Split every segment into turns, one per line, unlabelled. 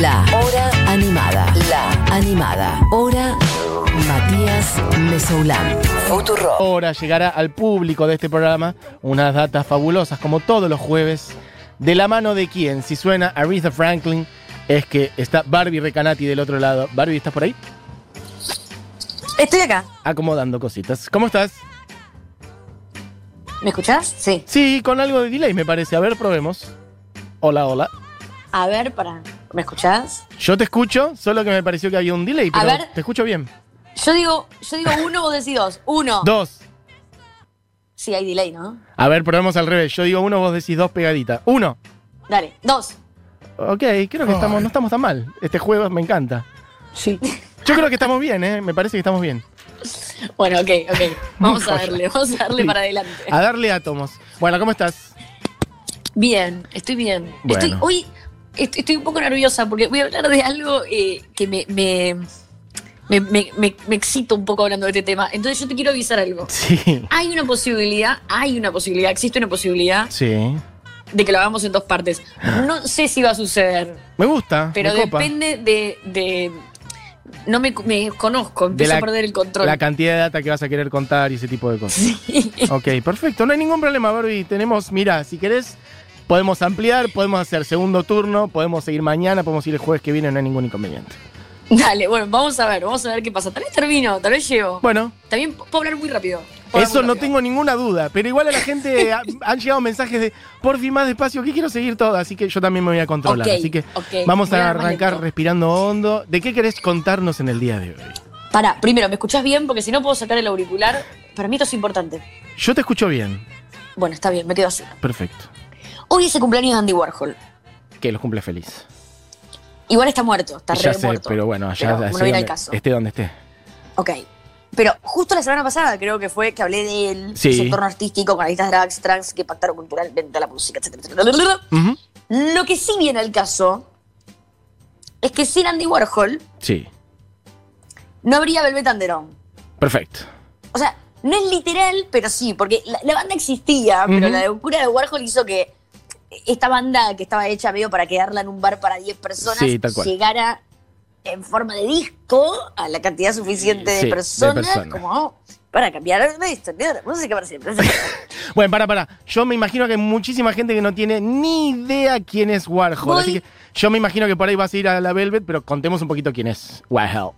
La Hora Animada. La Animada. Hora Matías Mesoulán. Futuro.
Ahora llegará al público de este programa unas datas fabulosas, como todos los jueves. De la mano de quién, si suena Aretha Franklin, es que está Barbie Recanati del otro lado. Barbie, ¿estás por ahí?
Estoy acá.
Acomodando cositas. ¿Cómo estás?
¿Me escuchás? Sí.
Sí, con algo de delay me parece. A ver, probemos. Hola, hola.
A ver, para. ¿Me escuchás?
Yo te escucho, solo que me pareció que había un delay,
A
pero
ver.
te escucho bien.
Yo digo, yo digo uno, vos decís dos. Uno.
Dos.
Sí, hay delay, ¿no?
A ver, probemos al revés. Yo digo uno, vos decís dos pegaditas. Uno.
Dale, dos.
Ok, creo que estamos, no estamos tan mal. Este juego me encanta.
Sí.
Yo creo que estamos bien, ¿eh? Me parece que estamos bien.
Bueno, ok, ok. Vamos a
Joya.
darle, vamos a darle
Sí.
para adelante.
A darle átomos. Bueno, ¿cómo estás?
Bien, estoy bien.
Bueno.
Estoy, hoy est- estoy un poco nerviosa porque voy a hablar de algo eh, que me, me, me, me, me- me excita un poco hablando de este tema. Entonces yo te quiero avisar algo.
Sí.
Hay una posibilidad, hay una posibilidad, existe una posibilidad
Sí.
de que lo hagamos en dos partes. No sé si va a suceder.
Me gusta.
Pero
me copa.
depende de, de- No me, me conozco, empiezo
la-
a perder el control.
La cantidad de data que vas a querer contar y ese tipo de cosas.
Sí.
Ok, perfecto. No hay ningún problema, Barbie. Tenemos, mira, si querés, podemos ampliar, podemos hacer segundo turno, podemos seguir mañana, podemos ir el jueves que viene, no hay ningún inconveniente.
Dale, bueno, vamos a ver, vamos a ver qué pasa. Tal vez termino, tal vez llego.
Bueno,
También puedo hablar muy rápido. puedo hablar
eso
muy
no
rápido.
tengo ninguna duda, pero igual a la gente ha- han llegado mensajes de, por fin más despacio, que quiero seguir todo, así que yo también me voy a controlar.
Ok,
así que
ok,
vamos
voy
a
a más
arrancar
lento.
respirando hondo. ¿De qué querés contarnos en el día de hoy?
Pará, primero, ¿me escuchás bien? Porque si no puedo sacar el auricular. Para mí esto es importante.
Yo te escucho bien.
Bueno, está bien, me quedo así.
Perfecto.
Hoy es el cumpleaños de Andy Warhol.
Que los cumple feliz.
Igual está muerto, está
ya
re
sé,
muerto.
pero bueno, allá
Pero
allá
no viene al
donde-
caso.
esté donde esté.
Ok. Pero justo la semana pasada creo que fue que hablé de él,
Sí.
su entorno artístico con artistas drags, trans que pactaron culturalmente a la música, etcétera, etcétera.
Ujú.
Lo que sí viene al caso es que sin Andy Warhol
Sí.
no habría Velvet Underground.
Perfecto.
O sea, no es literal, pero sí, porque la, la banda existía, pero
Ujú.
la locura de Warhol hizo que esta banda que estaba hecha medio para quedarla en un bar para 10 personas
Sí, tal cual.
llegara en forma de disco a la cantidad suficiente de,
Sí, de
personas,
personas.
como para cambiar de esto, de otra música para siempre.
Bueno, para, para. Yo me imagino que hay muchísima gente que no tiene ni idea quién es Warhol.
Voy-
Así que yo me imagino que por ahí vas a ir a la Velvet, pero contemos un poquito quién es Warhol.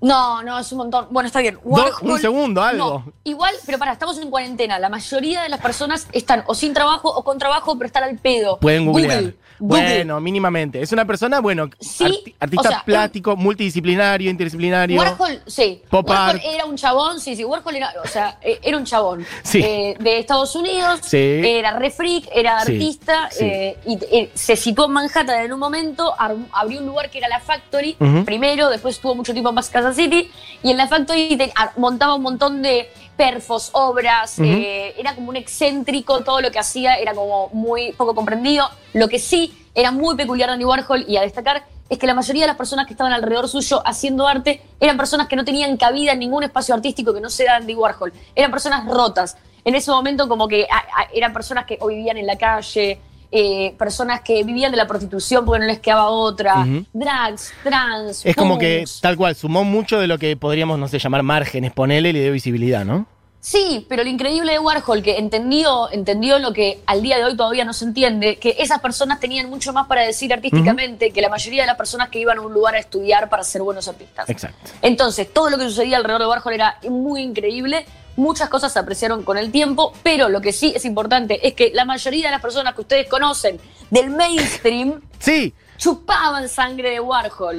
No, no, es un montón. Bueno, está bien.
un segundo, algo.
No, igual, pero para, estamos en cuarentena. La mayoría de las personas están o sin trabajo o con trabajo, pero están al pedo.
Pueden googlear.
Google, Google.
Bueno, mínimamente. Es una persona, bueno,
Sí,
arti- artista
o sea,
plástico, multidisciplinario, interdisciplinario.
Warhol, sí.
Pop
Warhol
art.
era un chabón, sí, sí. Warhol era, o sea, eh, era un chabón.
Sí.
Eh, de Estados Unidos.
Sí.
Era re freak, era
Sí,
artista.
sí.
eh, y eh, se situó en Manhattan en un momento. ar- abrió un lugar que era la Factory.
Ujú.
Primero, después estuvo mucho tiempo en Kansas City. Y en la Factory te- ar- montaba un montón de perfos, obras.
Ujú.
eh, era como un excéntrico. Todo lo que hacía era como muy poco comprendido. Lo que sí era muy peculiar de Andy Warhol y a destacar es que la mayoría de las personas que estaban alrededor suyo haciendo arte eran personas que no tenían cabida en ningún espacio artístico que no sea Andy Warhol. Eran personas rotas. En ese momento como que a- a- eran personas que o vivían en la calle, eh, personas que vivían de la prostitución porque no les quedaba otra,
Ujú.
drags, trans.
Es como que,
punks.
tal cual, sumó mucho de lo que podríamos, no sé, llamar márgenes, ponele, y le dio visibilidad, ¿no?
Sí, pero lo increíble de Warhol, que entendió, entendió lo que al día de hoy todavía no se entiende, que esas personas tenían mucho más para decir artísticamente que la mayoría de las personas que iban a un lugar a estudiar para ser buenos artistas.
Exacto.
Entonces, todo lo que sucedía alrededor de Warhol era muy increíble. Muchas cosas se apreciaron con el tiempo, pero lo que sí es importante es que la mayoría de las personas que ustedes conocen del mainstream
Sí,
chupaban sangre de Warhol.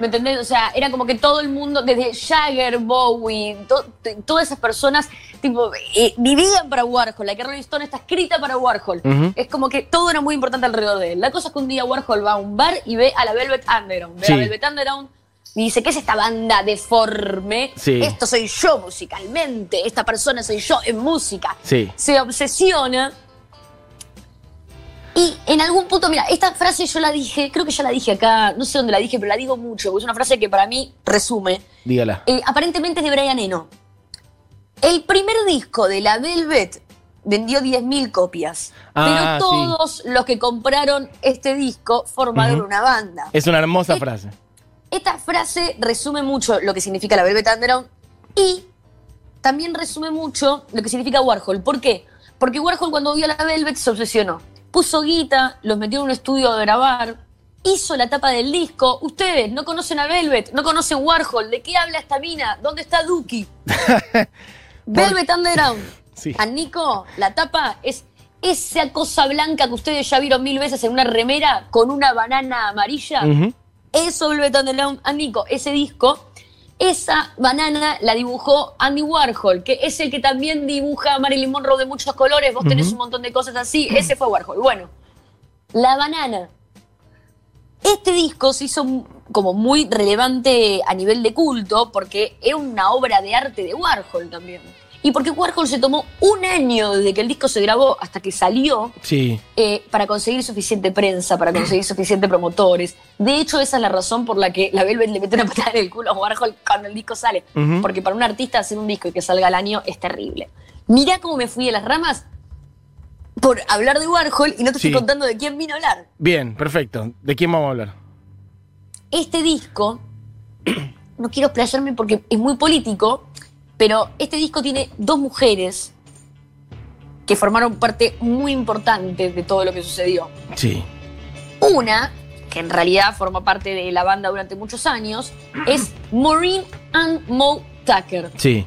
¿Me entendés? O sea, era como que todo el mundo, desde Jagger, Bowie, to- t- todas esas personas, tipo, eh, vivían para Warhol. La que Rolling Stone está escrita para Warhol.
Ujú.
Es como que todo era muy importante alrededor de él. La cosa es que un día Warhol va a un bar y ve a la Velvet Underground. Ve a
Sí.
la Velvet Underground y dice, ¿qué es esta banda deforme?
Sí.
Esto soy yo musicalmente, esta persona soy yo en música.
sí.
Se obsesiona y en algún punto, mira, esta frase yo la dije, creo que ya la dije acá, no sé dónde la dije, pero la digo mucho, porque es una frase que para mí resume.
Dígala.
Eh, aparentemente es de Brian Eno. El primer disco de la Velvet vendió 10.000 copias.
Ah,
pero
sí.
todos los que compraron este disco formaron
Ujú.
una banda.
Es una hermosa
Eh,
frase.
Esta frase resume mucho lo que significa la Velvet Underground y también resume mucho lo que significa Warhol. ¿Por qué? Porque Warhol cuando vio a la Velvet se obsesionó. Puso guita, los metió en un estudio a grabar, hizo la tapa del disco. Ustedes no conocen a Velvet, no conocen Warhol. ¿De qué habla esta mina? ¿Dónde está Duki? Velvet Underground.
Sí.
A Nico, la tapa es esa cosa blanca que ustedes ya vieron mil veces en una remera con una banana amarilla.
Ujú.
Eso Velvet Underground, a Nico, ese disco, esa banana la dibujó Andy Warhol, que es el que también dibuja a Marilyn Monroe de muchos colores. Vos tenés
Ujú.
un montón de cosas así. Ese fue Warhol. Bueno, la banana. Este disco se hizo m- como muy relevante a nivel de culto porque era una obra de arte de Warhol también. Y porque Warhol se tomó un año desde que el disco se grabó hasta que salió
Sí.
eh, para conseguir suficiente prensa, para conseguir suficiente promotores. De hecho, esa es la razón por la que la Velvet le mete una patada en el culo a Warhol cuando el disco sale.
Ujú.
Porque para un artista hacer un disco y que salga al año es terrible. Mirá cómo me fui de las ramas por hablar de Warhol y no te
Sí.
estoy contando de quién vino a hablar.
Bien, perfecto. ¿De quién vamos a hablar?
Este disco, no quiero explayarme porque es muy político, pero este disco tiene dos mujeres que formaron parte muy importante de todo lo que sucedió.
Sí.
Una, que en realidad formó parte de la banda durante muchos años, es Maureen Ann Moe Tucker.
Sí.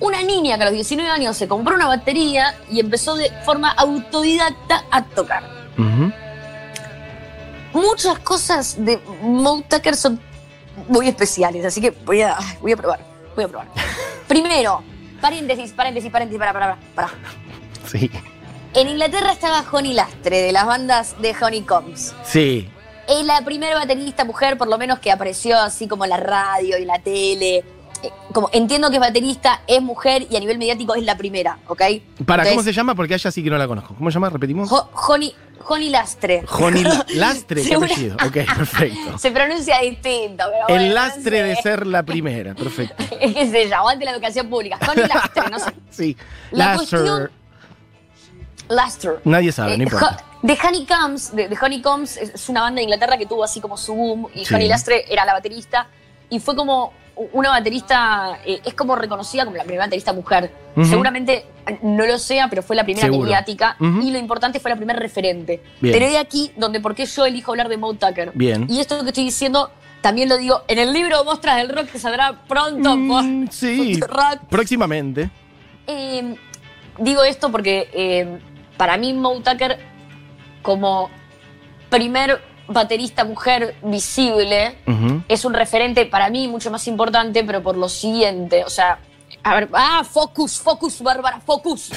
Una niña que a los 19 años se compró una batería y empezó de forma autodidacta a tocar.
Ujú.
Muchas cosas de Moe Tucker son muy especiales, así que voy a, ay, voy a probar, voy a probar. Primero, paréntesis, paréntesis, paréntesis, para, para, para.
Sí.
En Inglaterra estaba Johnny Lastre, de las bandas de Honeycombs.
Sí.
Es la primera baterista mujer, por lo menos, que apareció así como en la radio y la tele. Eh, Como entiendo que es baterista, es mujer y a nivel mediático es la primera, ¿ok?
Para, ¿cómo se
Entonces,
llama? Porque a ella sí que no la conozco. ¿Cómo se llama? Repetimos.
Jo- Joni, Joni Lastre.
Joni Lastre, qué
Segura-
apellido. Ok, perfecto.
Se pronuncia distinto, pero bueno,
El
no
lastre de
sé.
ser la primera. Perfecto.
Es que se llama ante la educación pública. Joni Lastre, no sé.
Sí.
La
Lastre.
cuestión- Lastre.
Nadie sabe, no
Eh,
importa.
Jo- The Honeycombs, de, de Honeycombs es, es una banda de Inglaterra que tuvo así como su boom y
Sí.
Johnny Lastre era la baterista y fue como u- una baterista, eh, es como reconocida como la primera baterista mujer.
Ujú.
Seguramente eh, no lo sea, pero fue la primera
Seguro.
mediática
Ujú.
y lo importante fue la primera referente.
Bien.
Pero he aquí donde por qué yo elijo hablar de Moe Tucker.
Bien.
Y esto que estoy diciendo también lo digo en el libro Mostras del Rock que saldrá pronto por
Mm, sí.
Rock.
Próximamente.
Eh, digo esto porque eh, para mí Moe Tucker como primer baterista mujer visible
Ujú.
es un referente para mí mucho más importante, pero por lo siguiente, o sea, a ver, ah, focus, focus, Bárbara, focus.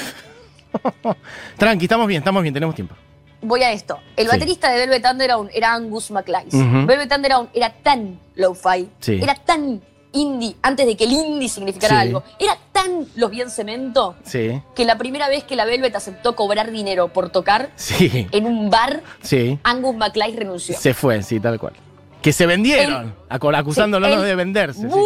Tranqui, estamos bien, estamos bien, tenemos tiempo.
Voy a esto. El
Sí.
baterista de Velvet Underground era Angus MacLice.
Ujú.
Velvet Underground era tan low-fi,
Sí.
era tan indie, antes de que el indie significara
Sí.
algo, era tan los bien cemento.
Sí.
que la primera vez que la Velvet aceptó cobrar dinero por tocar
Sí.
en un bar,
Sí.
Angus MacLay renunció.
Se fue, sí, tal cual. Que se vendieron, acu- acusándolos
el-
de venderse. sí.
¡Bue!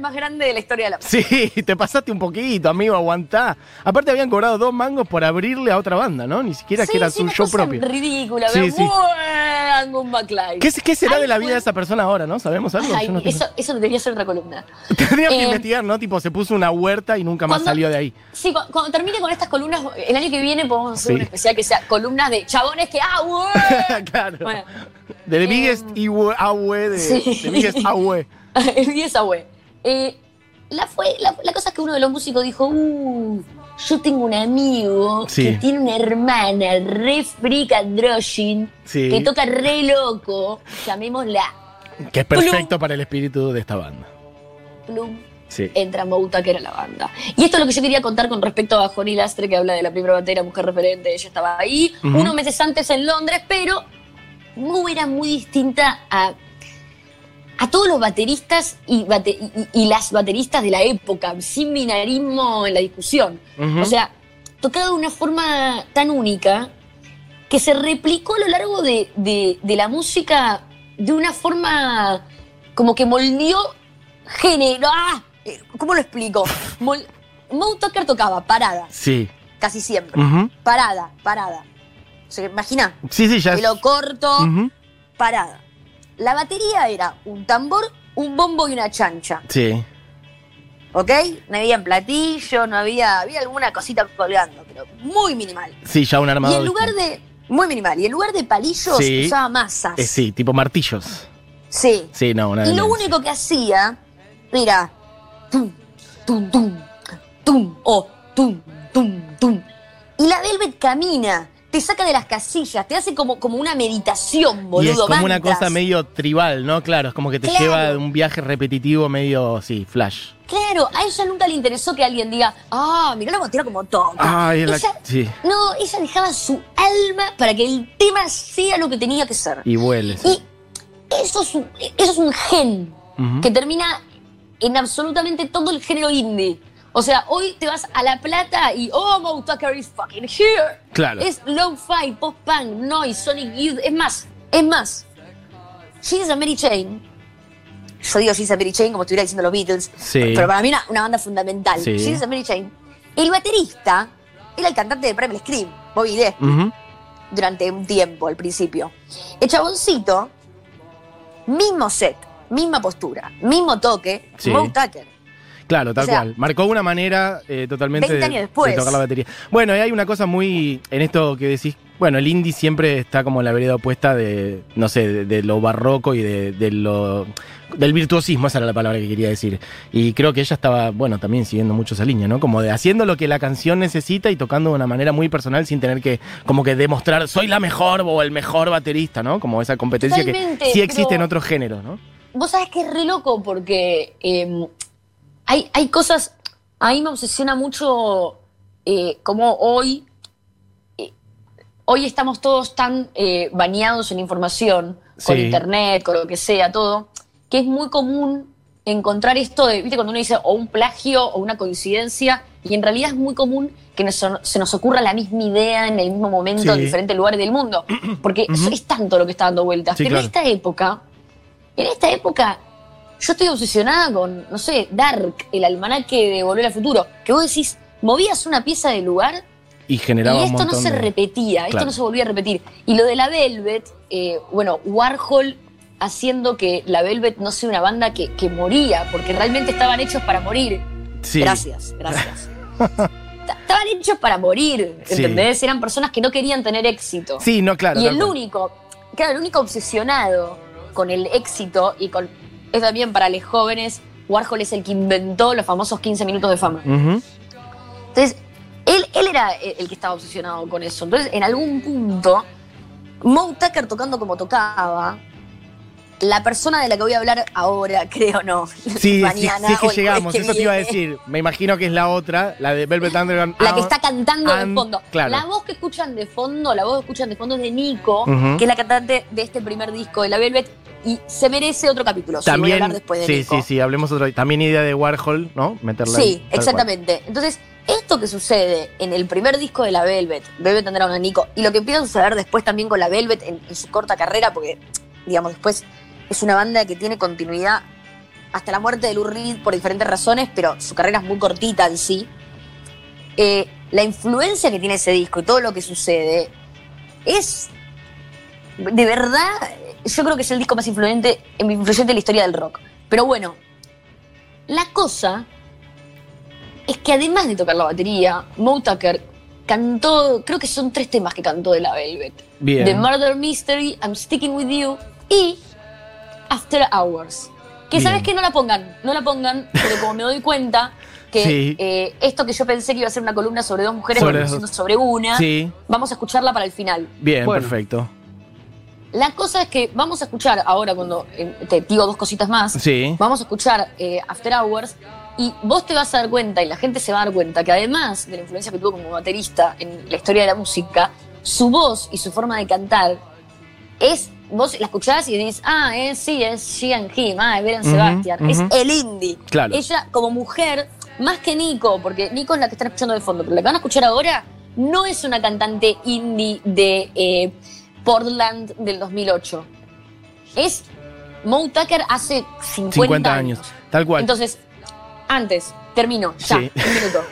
Más grande de la historia de la
Sí, te pasaste un poquito, amigo, aguantá. Aparte habían cobrado dos mangos por abrirle a otra banda, ¿no? Ni siquiera
Sí,
que era
sí,
su
una
show
cosa
propio.
ridícula.
Sí,
pero
sí.
¡bue! Angus MacLay.
¿Qué, se- qué será
Ahí
de la
fue-
vida de esa persona ahora, no? ¿Sabemos algo?
Ay,
Yo no tengo-
eso, eso debería ser otra columna.
Tendríamos que
Eh,
investigar, ¿no? Tipo, se puso una huerta y nunca más
cuando-
salió de ahí.
Sí, cu- cuando, termine con estas columnas, el año que viene podemos hacer
Sí.
un especial que sea columnas de chabones que ¡ah, bue!
claro.
Bueno.
de The Biggest
em,
Iwe- Awe de,
sí.
The Biggest Awe.
y esa wey. Eh, la, fue, la, la cosa es que uno de los músicos dijo, uh, yo tengo un amigo
Sí.
que tiene una hermana re freak androgyn,
Sí.
que toca re loco, llamémosla
Que es perfecto para el espíritu de esta banda.
Plum.
Sí.
Entra Mouta, que era la banda. Y esto es lo que yo quería contar con respecto a Joni Lastre, que habla de la primera batera, mujer referente. Ella estaba ahí
Ujú.
unos meses antes en Londres, pero no era muy distinta a, a todos los bateristas y, bate- y- y- y las bateristas de la época, sin binarismo en la discusión.
Ujú.
O sea, tocaba de una forma tan única que se replicó a lo largo de, de- de la música de una forma como que moldeó género. ¡Ah! Eh, ¿Cómo lo explico? Mol- Moe Tucker tocaba parada,
sí.
casi siempre.
Ujú.
Parada, parada. O sea, imagina,
Sí, sí, ya es.
pelo corto,
Ujú.
parada. La batería era un tambor, un bombo y una chancha.
Sí.
¿Ok? No había platillo, no había. Había alguna cosita colgando, pero muy minimal.
Sí, ya un armado.
Y en lugar de. Muy minimal. Y en lugar de palillos
Sí.
usaba masas.
Eh, sí, tipo martillos.
Sí.
Sí, no, una
Y lo
demencia.
único que hacía era. Tum, tum, tum, tum, o tum, tum, tum. Y la Velvet camina, te saca de las casillas, te hace como, como una meditación, boludo.
Y es como una
mantras.
cosa medio tribal, ¿no? Claro, es como que te
Claro.
lleva de un viaje repetitivo medio, sí, flash.
Claro, a ella nunca le interesó que alguien diga, ah, mirá la botella como toca.
Ay, Ah, es la-
Ella-
sí.
No, ella dejaba su alma para que el tema sea lo que tenía que ser.
Y hueles.
Y eso es un, eso es un gen
Ujú.
que termina en absolutamente todo el género indie. O sea, hoy te vas a La Plata y Oh, Motucker is fucking here.
Claro.
Es lo-fi, post-punk, noise, sonic youth. Es más, es más. She's a Mary Chain. Yo digo She's a Mary Chain como estuviera diciendo los Beatles.
Sí.
Pero para mí una, una banda fundamental.
Sí.
She's a Mary Chain. El baterista era el cantante de Primal Scream, Bobby Gillespie
Ujú.
durante un tiempo al principio. El chaboncito, mismo set, misma postura, mismo toque,
Sí.
Moe Tucker.
Claro, tal
O sea,
cual. Marcó una manera eh, totalmente
20
de-
años después.
de tocar la batería. Bueno, y hay una cosa muy en esto que decís. Bueno, el indie siempre está como en la vereda opuesta de, no sé, de, de lo barroco y de, de lo. del virtuosismo, esa era la palabra que quería decir. Y creo que ella estaba, bueno, también siguiendo mucho esa línea, ¿no? Como de haciendo lo que la canción necesita y tocando de una manera muy personal sin tener que, como que demostrar, soy la mejor o el mejor baterista, ¿no? Como esa competencia
Totalmente,
que sí existe
pero-
en otros géneros, ¿no?
Vos sabés que es re loco porque eh, hay, hay cosas. A mí me obsesiona mucho eh, como hoy. eh, Hoy estamos todos tan eh, bañados en información, con
Sí.
internet, con lo que sea, todo, que es muy común encontrar esto de, viste, cuando uno dice o un plagio o una coincidencia, y en realidad es muy común que nos- se nos ocurra la misma idea en el mismo momento
Sí.
en diferentes lugares del mundo, porque eso es tanto lo que está dando vueltas.
Sí,
Pero en
claro.
esta época, en esta época, yo estoy obsesionada con, no sé, Dark, el almanaque de Volver al Futuro, que vos decís, movías una pieza del lugar
Y
y
generaba un
esto no
montón
se
de-
repetía, esto
Claro.
no se volvía a repetir. Y lo de la Velvet, eh, bueno, Warhol haciendo que la Velvet no sea una banda que, que moría, porque realmente estaban hechos para morir.
Sí.
Gracias, gracias. Ta- Estaban hechos para morir,
Sí.
¿entendés? Eran personas que no querían tener éxito.
Sí, no, claro.
Y
tal
el
cual.
único, claro, el único obsesionado con el éxito y con. Es también para los jóvenes, Warhol es el que inventó los famosos 15 minutos de fama.
Ujú.
Entonces, él, él era el el que estaba obsesionado con eso. Entonces, en algún punto, Moe Tucker tocando como tocaba, la persona de la que voy a hablar ahora, creo no.
Sí, sí,
mañana
sí es
o
que
el
llegamos,
jueves
eso te iba a
viene,
decir. Me imagino que es la otra, la de Velvet Underground.
La que
Ah,
está cantando de
and-
fondo.
claro.
La voz que escuchan de fondo, la voz que escuchan de fondo es de Nico,
Ujú.
que es la cantante de este primer disco de la Velvet, y se merece otro capítulo. sí, voy a hablar
También,
después de
sí,
Nico.
sí, sí, hablemos otro. También idea de Warhol, ¿no? Meterla ahí,
Sí,
tal cual.
exactamente. Entonces, esto que sucede en el primer disco de la Velvet, Velvet tendrá una Nico, y lo que empieza a suceder después también con la Velvet en, en su corta carrera, porque, digamos, después es una banda que tiene continuidad hasta la muerte de Lou Reed por diferentes razones, pero su carrera es muy cortita en sí. Eh, la influencia que tiene ese disco y todo lo que sucede es. De verdad, yo creo que es el disco más influyente, influyente de la historia del rock. Pero bueno, la cosa es que además de tocar la batería, Moe Tucker cantó, creo que son tres temas que cantó de la Velvet.
Bien.
The Murder Mystery, I'm Sticking With You y After Hours. Que sabes
Bien.
que no la pongan, no la pongan, pero como me doy cuenta que
Sí.
eh, esto que yo pensé que iba a ser una columna sobre dos mujeres,
Sobre
sobre,
las dos.
sobre una,
Sí,
vamos a escucharla para el final.
bien,
Bueno.
perfecto.
La cosa es que vamos a escuchar ahora cuando eh, te digo dos cositas más.
Sí.
Vamos a escuchar eh, After Hours y vos te vas a dar cuenta y la gente se va a dar cuenta que además de la influencia que tuvo como baterista en la historia de la música, su voz y su forma de cantar es, vos la escuchás y dices, ah, eh, sí, es she and him, ah, es Beren
Ujú,
Sebastian,
ujú.
es el indie.
Claro.
Ella como mujer, más que Nico, porque Nico es la que están escuchando de fondo, pero la que van a escuchar ahora no es una cantante indie de eh, Portland del 2008. Es Moe Tucker hace 50,
50 años. Tal cual.
Entonces, antes, termino, ya,
Sí.
un minuto.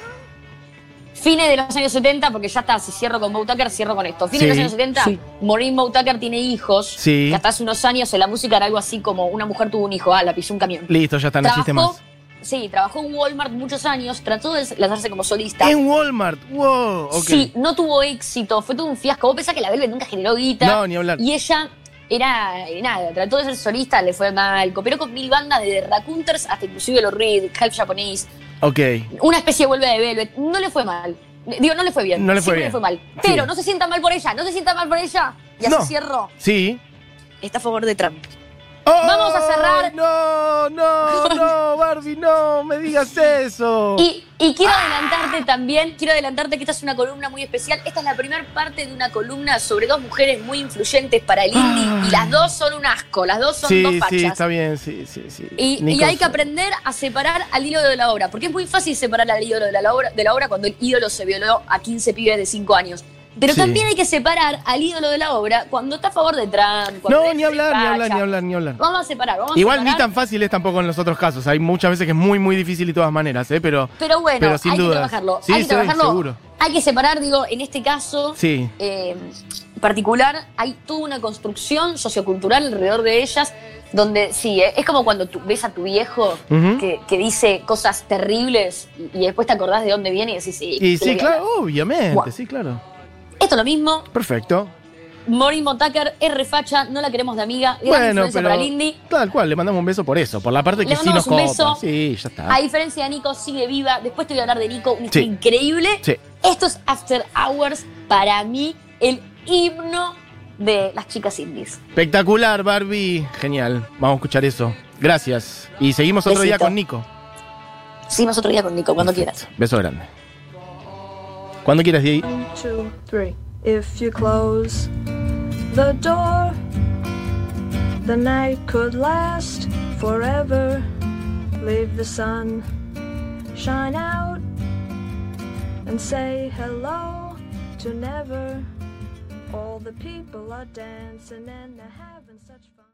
Fines de los años 70, porque ya está, si cierro con Bo Tucker, cierro con esto. Fines de los
Sí,
años 70,
sí.
Maureen Bo Tucker tiene hijos.
Sí.
Que hasta hace unos años en la música era algo así como una mujer tuvo un hijo, ah, la pisó un camión.
Listo, ya están los sistemas.
Sí, trabajó en Walmart muchos años, trató de lanzarse como solista.
En Walmart, wow, ok.
Sí, no tuvo éxito, fue todo un fiasco. Vos pensás que la Velvet nunca generó guita.
No, ni hablar.
Y ella era, eh, nada, trató de ser solista, le fue mal. Cooperó con mil bandas, desde Racunters hasta inclusive los Reed, Half Japanese.
Ok.
Una especie de vuelve de Velvet. No le fue mal. Digo, no le fue bien.
No le fue
Siempre
bien.
le fue mal. Pero
Sí.
no se sienta mal por ella, no se sienta mal por ella. Y así
No.
cierro.
Sí.
Está a favor de Trump.
¡Oh!
Vamos a cerrar.
No, no, no, Barbie, no, me digas eso.
Y, y quiero adelantarte también, quiero adelantarte que esta es una columna muy especial. Esta es la primera parte de una columna sobre dos mujeres muy influyentes para el indie y las dos son un asco, las dos son
Ah. sí,
dos
sí,
fachas.
está bien, sí, sí, sí.
y, y
Nico,
hay que aprender a separar al ídolo de la obra, porque es muy fácil separar al ídolo de la obra, de la obra cuando el ídolo se violó a 15 pibes de 5 años. Pero
Sí.
también hay que separar al ídolo de la obra cuando está a favor de Trump. cuando
No,
es
ni hablar, ni
facha.
hablar, ni hablar, ni hablar.
Vamos a separar, vamos a
Igual
separar.
ni tan fácil es tampoco en los otros casos. Hay muchas veces que es muy, muy difícil y todas maneras, ¿eh? Pero,
Pero bueno,
Pero sin
hay
dudas.
que trabajarlo.
Sí,
hay que
sí,
trabajarlo.
seguro.
Hay que separar, digo, en este caso
sí.
eh, particular, hay toda una construcción sociocultural alrededor de ellas, donde sí, eh, es como cuando tú ves a tu viejo
Ujú.
que, que dice cosas terribles y, y después te acordás de dónde viene y decís, sí,
Y sí,
le-
claro, obviamente,
Guau.
sí, claro.
Esto es lo mismo,
Perfecto.
Maureen Motaker es refacha, no la queremos de amiga, gran
Bueno,
influencia
pero.
para el indie.
Tal cual, le mandamos un beso por eso, por la parte
Le
que sí nos
mandamos
copa.
un beso.
Sí, ya está.
A diferencia de Nico, sigue viva. Después te voy a hablar de Nico, un
Ah. Sí.
historia increíble.
Sí.
Esto es After Hours, para mí, el himno de las chicas indies.
Espectacular, Barbie. Genial. Vamos a escuchar eso. Gracias. Y seguimos otro día
Besito.
con Nico.
Seguimos otro día con Nico, cuando quieras.
Beso grande. Cuando quieras, Di.
two, three. If you close the door, the night could last forever. Leave the sun shine out and say hello to never. All the people are dancing and they're having such fun.